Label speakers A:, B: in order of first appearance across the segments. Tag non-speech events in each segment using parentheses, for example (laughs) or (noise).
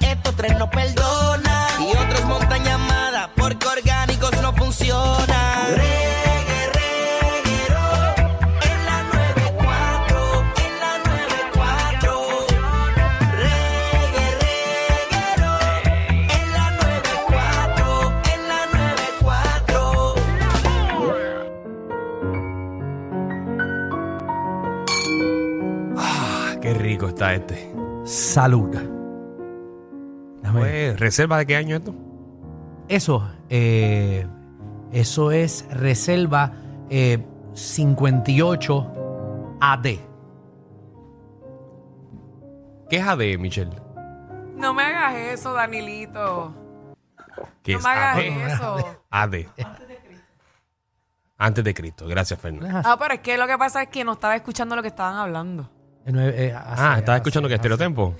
A: estos tres no perdonan. Y otros montan llamada porque orgánicos no funcionan. Reggae, reguero, en la 94, en la 94. Reggae, reguero, en la 94, en la 94.
B: Qué rico está este.
C: Salud. Dame-
B: Pues, ¿Reserva de qué año esto?
C: Eso, eh, eso es reserva eh, 58 AD.
B: ¿Qué es AD, Michelle?
D: No me hagas eso, Danilito.
B: ¿Qué
D: No
B: es
D: me hagas
B: AD?
D: eso.
B: AD. Antes de Cristo. Gracias, Fernando.
D: Ah, pero es que lo que pasa es que no estaba escuchando lo que estaban hablando.
C: Eh, no, eh, eh,
B: Ah,
C: hace-
B: ¿estás escuchando que
C: hace-
B: estereotempo?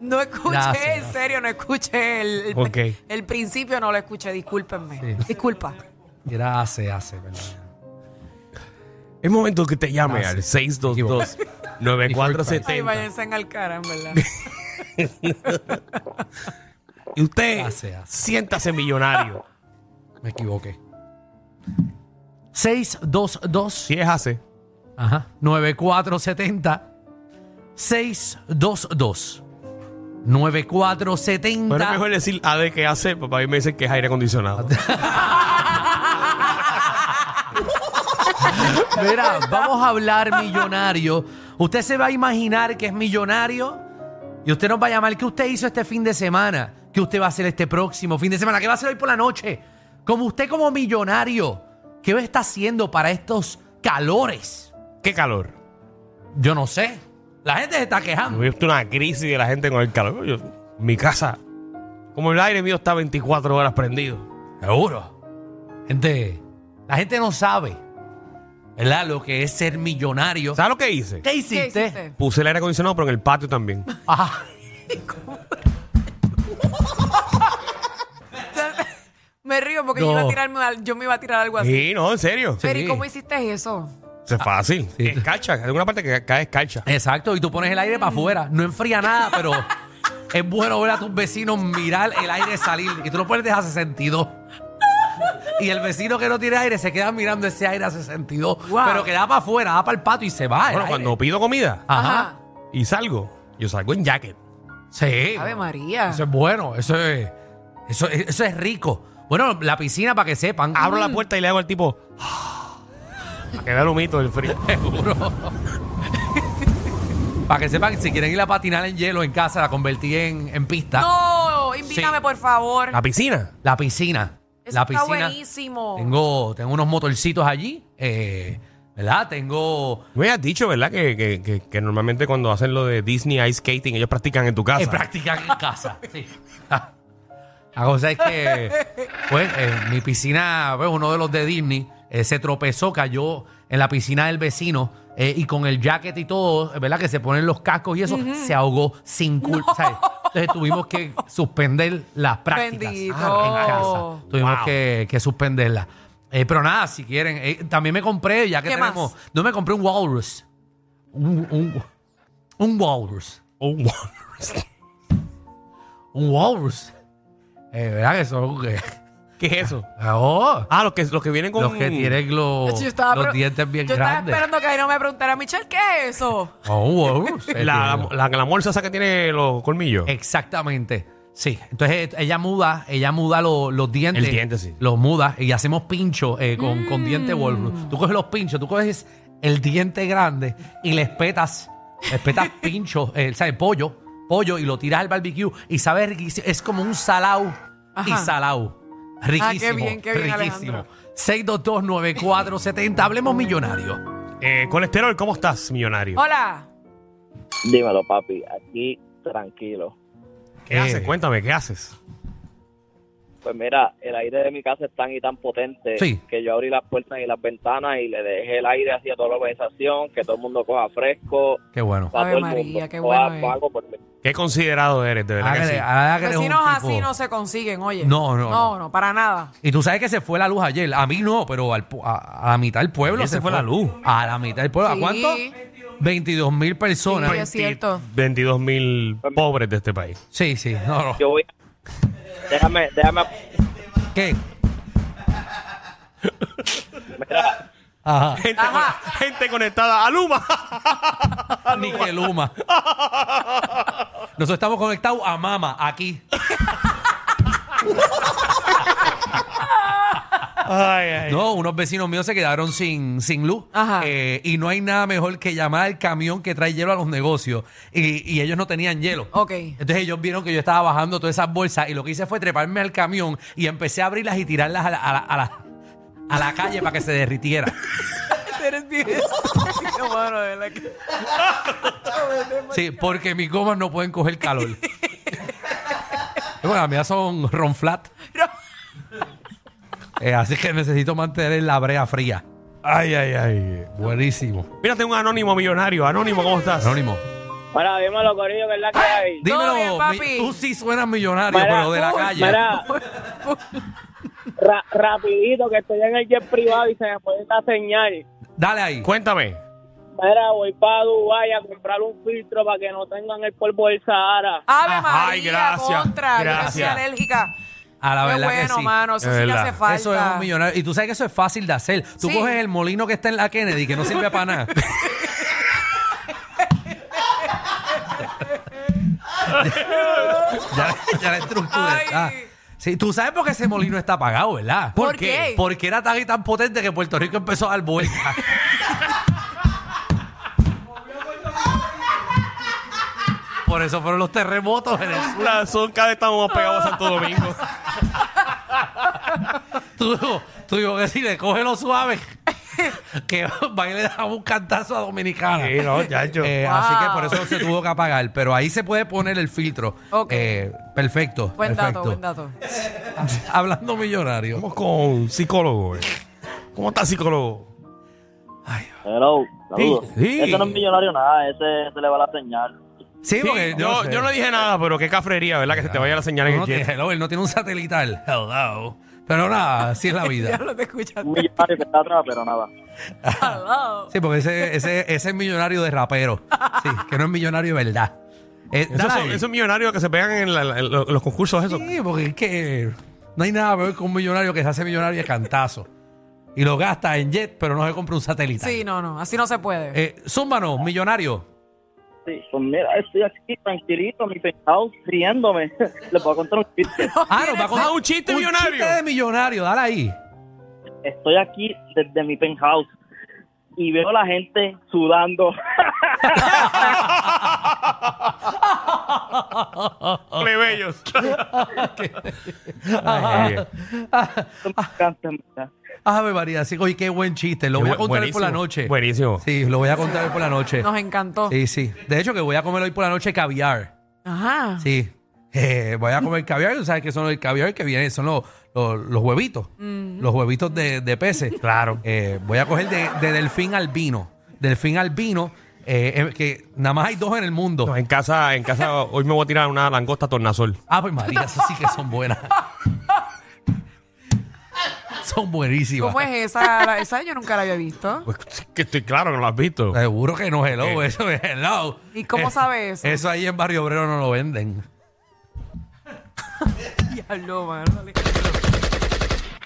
D: No escuché,
C: Gracias,
D: en
C: gracias.
D: serio, no escuché el, el,
B: Ok.
D: el principio, no lo escuché, discúlpenme. Disculpa.
C: Era hace, hace, perdón.
B: Es momento que te llame al
C: Gracias.
B: 622
D: Ay,
B: 9470
D: váyanse al cara, en verdad.
B: y usted
C: Gracias.
B: siéntase millonario.
C: Me equivoqué. 622
B: Si es hace.
C: ajá, 9470 622 9470
B: Pero es mejor decir AD que hace, papá. A mí me dicen que es aire acondicionado.
C: Mira, vamos a hablar millonario. Usted se va a imaginar que es millonario y usted nos va a llamar qué usted hizo este fin de semana, qué usted va a hacer este próximo fin de semana, qué va a hacer hoy por la noche. Como usted como millonario, ¿qué está haciendo para estos calores?
B: Qué calor.
C: Yo no sé. La gente se está
B: Yo
C: quejando.
B: He visto una crisis de la gente con el calor. Yo- mi casa, como el aire mío está 24 horas prendido.
C: Seguro. Gente, la gente no sabe, ¿verdad? Lo que es ser millonario.
B: ¿Sabes lo que hice?
C: ¿Qué
D: ¿Qué
C: hiciste?
D: hiciste?
B: Puse el aire acondicionado, pero en el patio
C: (laughs)
B: también.
C: Ajá.
D: Me río porque
C: No.
D: yo, iba a tirarme al- yo me iba a tirar algo así.
B: Sí, no, en serio.
D: Pero
C: sí.
D: ¿y cómo hiciste eso?
B: Eso es fácil.
C: sí.
B: Escarcha. Hay una parte que cae escarcha.
C: Exacto, y tú pones el aire
D: Mm.
C: para afuera. No enfría nada,
D: (laughs)
C: pero es bueno ver a tus vecinos mirar el aire salir. Y tú lo pones a 62. Y el vecino que no tiene aire se queda mirando ese aire a 62.
D: Wow.
C: Pero que da para afuera, da para el pato y se va. el
B: Bueno,
C: aire.
B: cuando pido comida
C: Ajá.
B: y salgo, yo salgo en jacket.
C: Sí.
D: Ave María.
C: Eso es bueno. Eso es, eso, es- eso es rico. Bueno, la piscina para que sepan.
B: Abro
D: Mm.
B: la puerta y le hago al tipo. Para que vea el humito del
C: (laughs)
B: frío.
C: Para que sepan, que si quieren ir a patinar en hielo en casa, la convertí en, en pista.
D: No, invítame,
C: Sí.
D: por favor.
B: La piscina.
C: La piscina.
D: Eso
C: la
D: está
C: piscina.
D: buenísimo.
C: Tengo, tengo unos motorcitos allí, eh, ¿verdad? Tengo.
B: Me habías dicho, ¿verdad? Que, que- que- que normalmente cuando hacen lo de Disney Ice Skating, ellos practican en tu casa.
C: Eh, practican en casa. Sí. (laughs) La cosa es que, pues, eh, mi piscina, pues, uno de los de Disney, eh, se tropezó, cayó en la piscina del vecino eh, y con el jacket y todo, ¿verdad? Que se ponen los cascos y eso, se ahogó sin culpa. Entonces tuvimos que suspender las prácticas Ah,
D: Bendito.
C: en casa. Tuvimos
B: Wow.
C: que, que suspenderlas. Eh, pero nada, si quieren, eh, también me compré, ya que
D: ¿Qué más?
C: tenemos, no me compré un walrus. Un- un, un walrus.
B: (laughs) Oh, wow.
C: un walrus. Eh, ¿Verdad que son? que- (laughs)
B: ¿Qué es eso?
C: Oh,
B: Ah, los que, los que vienen con.
C: los que tienen
D: De
C: los,
D: hecho, yo estaba
C: los
D: pro-
C: dientes bien
D: yo
C: grandes.
D: estaba esperando que ahí no me preguntara, Michelle, ¿qué es eso?
C: Oh, un walrus. Eh,
B: La,
C: tiene- Eh,
B: la, la morsa esa que tiene los colmillos.
C: Exactamente. Sí, entonces eh, ella muda, ella muda lo- los dientes.
B: El diente, sí.
C: Los muda y hacemos pincho eh, con,
D: Mm.
C: con diente Wolfram. Tú coges los pinchos, tú coges el diente grande y les petas, les petas
D: (laughs)
C: pinchos, eh, ¿sabes? Pollo, pollo y lo tiras al barbecue y sabe riquísimo. Es como un salao y
D: Ajá.
C: salao. Riquísimo,
D: bien, qué bien,
C: riquísimo.
D: Alejandro.
C: 6229470, hablemos millonario.
B: Eh, colesterol, ¿cómo estás, millonario?
D: Hola.
E: Dímelo, papi. Aquí, tranquilo.
B: ¿Qué
C: Eh.
B: haces? Cuéntame, ¿qué haces?
E: Pues mira, el aire de mi casa es tan y tan potente
C: Sí.
E: que yo abrí las puertas y las ventanas y le dejé el aire hacia toda la organización, que todo el mundo coja fresco.
C: Qué bueno.
E: para
D: Ave
E: todo el
D: María,
E: mundo.
D: qué
E: Coja pues,
D: bueno es.
E: pago por mí.
B: Qué considerado eres, de verdad que
C: Hágale-
B: sí.
C: hágale un
D: Vecinos
C: tipo-
D: así no se consiguen, oye.
C: No, no,
D: No,
C: no.
D: no, para nada.
C: Y tú sabes que se fue la luz ayer. A mí no, pero al pu- a, a la mitad del pueblo
B: Ayer se fue la luz.
C: A la mitad del pueblo.
D: Sí.
C: ¿A cuánto? 22 mil personas.
D: Sí, es cierto.
B: 22 mil pobres de este país.
C: Sí, sí. No, no.
E: Yo voy. Déjame, déjame.
C: ¿Qué?
E: Mira,
C: Ajá.
B: Gente, con- gente conectada a Luma.
C: Ni que Luma. Nosotros estamos conectados a Mama, aquí.
B: Eh. Ay, ay.
C: No, unos vecinos míos se quedaron sin, sin luz.
D: Ajá.
C: Eh, y no hay nada mejor que llamar al camión que trae hielo a los negocios. Y, y ellos no tenían hielo.
D: Ok.
C: Entonces ellos vieron que yo estaba bajando todas esas bolsas y lo que hice fue treparme al camión y empecé a abrirlas y tirarlas a la, a la- a la- a la calle para que se derritiera.
D: Este Eres (laughs) bien. Qué bueno, de verdad que-
C: Sí, porque mis gomas no pueden coger calor. bueno, las mías son ronflat. Eh, así que necesito mantener la brea fría.
B: Ay, ay, ay.
C: Buenísimo.
B: Mira, tengo un anónimo millonario. Anónimo, ¿cómo estás?
C: Anónimo.
E: mira, dímelo, Corillo, que es la que hay.
C: Dímelo,
D: bien,
C: mi-
D: papi.
C: tú sí suenas millonario,
E: Mira,
C: pero de la calle.
D: (laughs)
E: Mira, ra- rapidito, que estoy en el jet privado y se me fue la señal.
C: Dale ahí.
B: Cuéntame.
E: Mira, voy para Dubái a comprar un filtro para que no tengan el polvo del Sahara.
D: Ave María,
B: Ay, gracias,
D: contra. Yo que soy
B: gracias.
D: alérgica.
C: A la
D: Qué
C: verdad que
D: bueno,
C: sí. Eh,
D: mano, eso
B: de
D: sí que
B: verdad.
D: hace falta.
C: Ah, Eso es un millonario. Y tú sabes que eso es fácil de hacer. Tú
D: Sí.
C: coges el molino que está en la Kennedy, que no sirve para nada. ya, ya la estructura
D: Ay.
C: está. Sí, tú sabes por qué ese molino está apagado, ¿verdad?
D: ¿Por qué?
C: Porque era tan y tan potente que Puerto Rico empezó a dar vueltas. Por eso fueron los terremotos en el sur.
B: La son cada vez estamos más pegados a Santo Domingo.
C: Tú, tú digo que si le coge lo suave,
D: (laughs)
C: que va y le da un cantazo a Dominicana.
B: (laughs) Sí, no, chacho.
C: Eh,
D: Wow.
C: Así que por eso se tuvo que apagar. Pero ahí se puede poner el filtro.
D: Ok.
C: Eh, perfecto.
D: Buen
C: perfecto.
D: dato, buen dato. (laughs)
C: (laughs) Hablando millonario.
B: Vamos con psicólogo. eh. ¿Cómo estás, psicólogo?
E: Hello, saludos.
B: Sí, sí.
E: Ese no es millonario nada, ese se le va la señal.
C: Sí, porque
B: yo,
C: sé.
B: yo no dije nada, pero qué cafrería, ¿verdad? Que se te vaya la señal
C: No,
B: en
C: no
B: el
C: tiene,
B: jet.
C: hello, él no tiene un satelital. Hello. Pero nada, así es la
D: (laughs) Ya
C: vida.
D: lo te escuchaste.
B: (laughs)
E: Un millonario que está atrás, pero nada.
D: Al lado.
C: Sí, porque ese, ese, ese es millonario de rapero. Sí, que no es millonario de verdad. Eh,
B: Esos,
C: dale
B: son-
C: ahí.
B: esos millonarios que se pegan en, la- la- en los los concursos, esos.
C: Sí, porque es que no hay nada peor que un millonario que se hace millonario de cantazo. Y lo gasta en jet, pero no se compra un satélite.
D: Sí, no, no, así no se (laughs) puede.
C: Eh, zúmbanos, millonario.
E: Sí, pues mira, estoy aquí tranquilito, mi peinado riéndome. (laughs) Les voy a contar un chiste.
C: Ah, nos va a
B: Ah, un chiste millonario.
C: chiste de millonario, dale ahí.
E: Estoy aquí desde mi penthouse y veo a la gente sudando. (laughs)
B: (laughs) Plebeyos. Ay, ay, ay.
E: Esto me encanta, en verdad.
C: Ave María, sí, oye, qué buen chiste. Lo
B: Qué
C: voy a
B: bu-
C: contar hoy por la
B: buenísimo,
C: noche.
B: buenísimo.
C: Sí, lo voy a contar hoy por la noche.
D: Nos encantó.
C: Sí, sí. De hecho, que voy a comer hoy por la noche caviar.
D: Ajá.
C: Sí. Eh, voy a comer caviar, tú sabes que son el caviar que viene, son los, los, los huevitos, los huevitos de, de
D: (laughs)
C: peces.
B: Claro.
C: Eh, voy a coger de, de delfín albino, delfín albino, eh, eh, que nada más hay dos en el mundo.
B: No, en casa, en casa, hoy me voy a tirar una langosta tornasol.
C: Ah, pues María, esas sí que son
D: (laughs)
C: buenas. son buenísimas.
D: ¿Cómo es esa? La- esa yo nunca la
C: (laughs)
D: había visto.
B: Pues que estoy claro, no lo has visto.
C: Seguro que no es hello,
B: Eh.
C: eso es hello.
D: ¿Y cómo
C: Eh,
D: sabe eso?
C: Eso ahí en Barrio Obrero no lo venden.
D: Diablo, mano.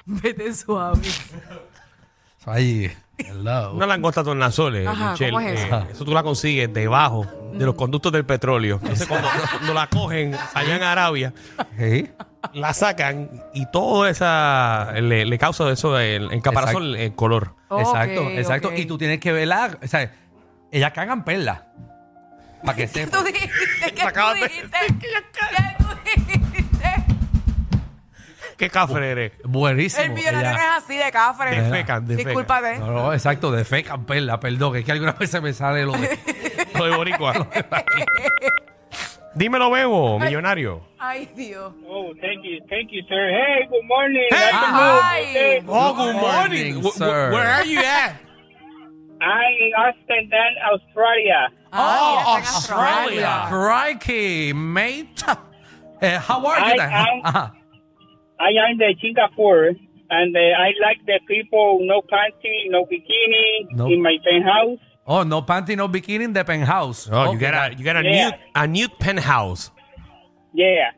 D: Vete suave.
C: Eso ahí.
D: (laughs)
C: Hello.
B: Una langosta tornasol, eh,
D: Ajá,
B: Michelle,
D: ¿cómo es Mm.
B: eh,
D: eso?
B: eso tú la consigues debajo de los conductos del petróleo. Entonces, cuando, cuando la cogen allá en Arabia,
C: Sí.
B: la sacan y todo esa le, le causa eso el, el caparazón el color.
C: exacto,
D: Ok,
C: exacto.
D: ok.
C: Y tú tienes que velar. O sea, ellas cagan perlas.
B: (laughs)
C: Para que
D: ¿Qué tú (laughs)
C: sepas.
D: dijiste? ¿Qué tú
B: Acabas de
D: dijiste? ¿Qué tú dijiste?
B: ¿Qué cafre
D: (laughs)
B: eres?
C: Buenísimo.
D: El millonario no
C: Ellas-
D: es así de cafre.
B: Defecan, defecan.
D: Discúlpate.
C: No, no, exacto, de feca, perla, perdón, es que algunas veces me sale lo
B: (laughs)
C: de...
B: Soy boricua. (laughs) Dímelo, Bebo, millonario.
D: Ay, Dios.
E: Oh, thank you, thank you, sir. Hey, good morning.
B: Hey.
E: Welcome
D: Ay.
E: home. Okay.
B: Oh, good morning.
C: Morning,
B: Wh- wh-
C: sir.
B: Where are you at?
E: I'm in Austin, Dan, Australia.
D: Ay,
B: Oh,
D: mira, está en
B: Australia.
C: Crikey, mate. Eh, how are you?
E: Ay,
C: then?
E: ay.
C: Ajá.
E: I am the Singapore, and uh, I like the people, no panty, no bikini,
C: No.
E: in my penthouse.
C: Oh, no panty, no bikini in the penthouse.
B: Oh,
C: Okay,
B: you got a you got a
E: Yeah.
B: nude a nude penthouse.
E: Yeah.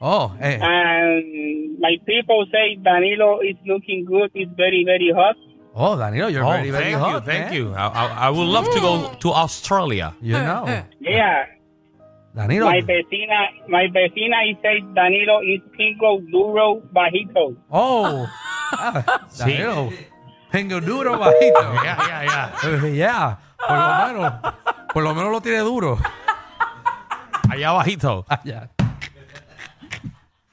C: Oh, eh.
E: Ah. And my people say Danilo is looking good. It's very, very hot.
C: oh, Danilo, you're
B: oh,
C: very, very
B: thank
C: hot.
B: you, thank
C: eh.
B: you. I, I, I would love to go to Australia.
C: You know,
E: Yeah.
C: Danilo.
E: My vecina, my vecina, he says Danilo is pingo duro bajito.
B: (laughs)
C: Oh, ah, Danilo. Tengo duro bajito.
B: (laughs) Yeah, yeah, yeah.
C: Eh, yeah, por lo menos, por lo menos lo tiene duro.
B: Allá (laughs) abajito.
C: Ah, ya.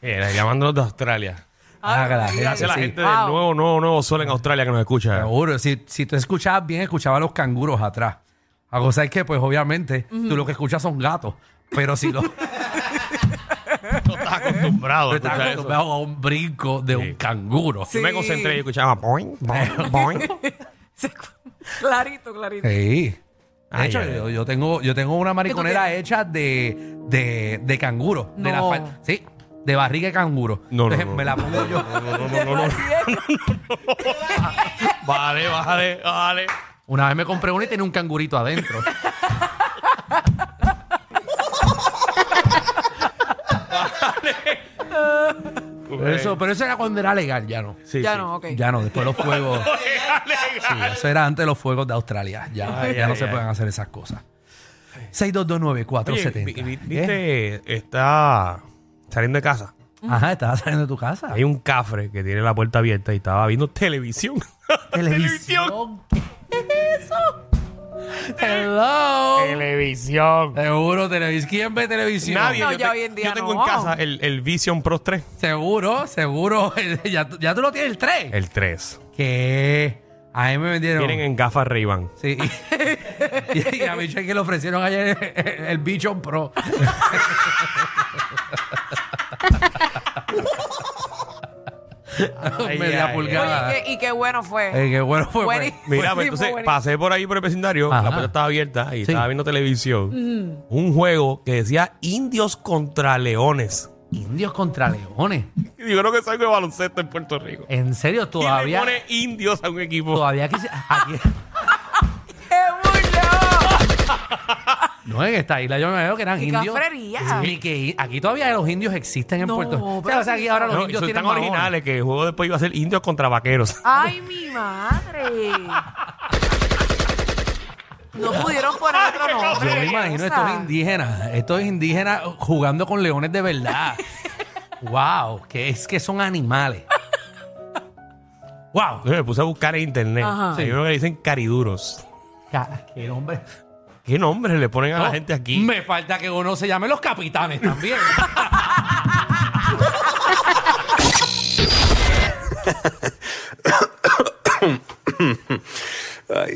B: Mira, llamándonos de Australia.
C: Ah,
B: Gracias a la
C: sí.
B: gente
D: Wow.
B: del nuevo, nuevo, nuevo sol en Australia que nos escucha.
C: Seguro, si, si tú escuchabas bien, escuchaba a los canguros atrás. A cosa es que, pues obviamente, tú lo que escuchas son gatos. Pero si
B: (laughs)
C: lo
B: Tú estás acostumbrado a
C: estás
B: escuchar eso.
C: acostumbrado a un brinco de
B: Sí.
C: un canguro.
B: Yo me
D: Sí.
B: concentré y escuchaba boing, (laughs) boing, boing.
D: (laughs) Se escu- Clarito, clarito.
C: Sí. De
B: Ay,
C: hecho,
B: ay,
C: yo, yo tengo, yo tengo una mariconera
D: tienes?
C: hecha de, de, de canguro. De la
D: No.
C: fal- sí, de barriga de canguro.
B: No, no,
C: Entonces,
B: no,
C: me la
B: no.
C: pongo
B: (laughs)
C: yo.
B: No, no, no,
D: (laughs)
B: no.
C: (laughs)
B: Vale, vale, vale.
C: Una vez me compré una y tenía un cangurito adentro. Pero eso, pero eso era cuando era legal, ya no.
B: Sí,
D: ya
B: sí.
D: no, ok.
C: Ya no, después
B: (laughs)
C: los fuegos. Sí, eso era antes de los fuegos de Australia. Ya,
B: Ay,
C: ya no
B: ay,
C: se
B: ay.
C: pueden hacer esas cosas.
B: Oye,
C: 6229470.
B: vi- vi-
C: ¿Eh?
B: ¿Viste? Está saliendo de casa.
C: Ajá, estabas saliendo de tu casa.
B: Hay un cafre que tiene la puerta abierta y estaba viendo televisión. (laughs)
C: ¿Qué es eso? Hello.
B: televisión.
C: Seguro, televisión. ¿Quién ve televisión?
B: Nadie.
D: No,
B: yo,
D: ya
B: te-
D: hoy en día
B: yo tengo
D: no.
B: en casa el, el Vision Pro 3.
C: Seguro, seguro. (laughs) ya, tú- ya tú lo tienes el 3.
B: El 3.
C: ¿Qué? A mí me vendieron.
B: Tienen en gafas ray -Ban.
C: Sí. (laughs) y, y a Michelle que le ofrecieron ayer el Bichon Pro.
B: (laughs) Ay,
C: Media
B: ay,
C: pulgada.
D: Oye, y qué- y qué bueno fue.
C: Eh, qué bueno fue.
D: Bueni-
C: pues.
B: Mira,
D: buenísimo,
B: pues, entonces
D: buenísimo.
B: pasé por ahí por el vecindario,
C: Ajá.
B: la puerta estaba abierta y
C: Sí.
B: estaba viendo televisión. Un juego que decía indios contra (laughs) leones.
C: Indios contra leones.
B: Y Digo, no que salgo de baloncesto en Puerto Rico.
C: En serio, todavía.
B: ¿Quién le pone indios a un equipo?
C: Todavía que se- aquí-
D: ¡Qué burlón!
C: No, en esta isla yo me veo que eran
D: ¡Qué
C: indios.
D: cafrería!
C: Ni que- aquí todavía los indios existen en
D: No,
C: Puerto Rico. O sea,
D: pero
C: o sea, aquí ahora los
B: No,
C: indios
B: son
C: tienen
B: tan
C: maones.
B: originales que el juego después iba a ser indios contra vaqueros. (laughs)
D: ¡Ay, mi
C: (laughs)
D: madre! No pudieron poner otro
C: Yo
D: nombre.
C: me
D: qué
C: imagino
D: cosa.
C: estos indígenas, estos indígenas jugando con leones de verdad. wow, que es que son animales. wow.
B: Entonces me puse a buscar en internet.
D: Ajá.
B: Sí. Hay uno que le dicen cariduros.
C: Ca- Qué nombre.
B: ¿Qué nombres le ponen a la gente aquí?
C: Me falta que uno se llame los capitanes también.
F: Ay,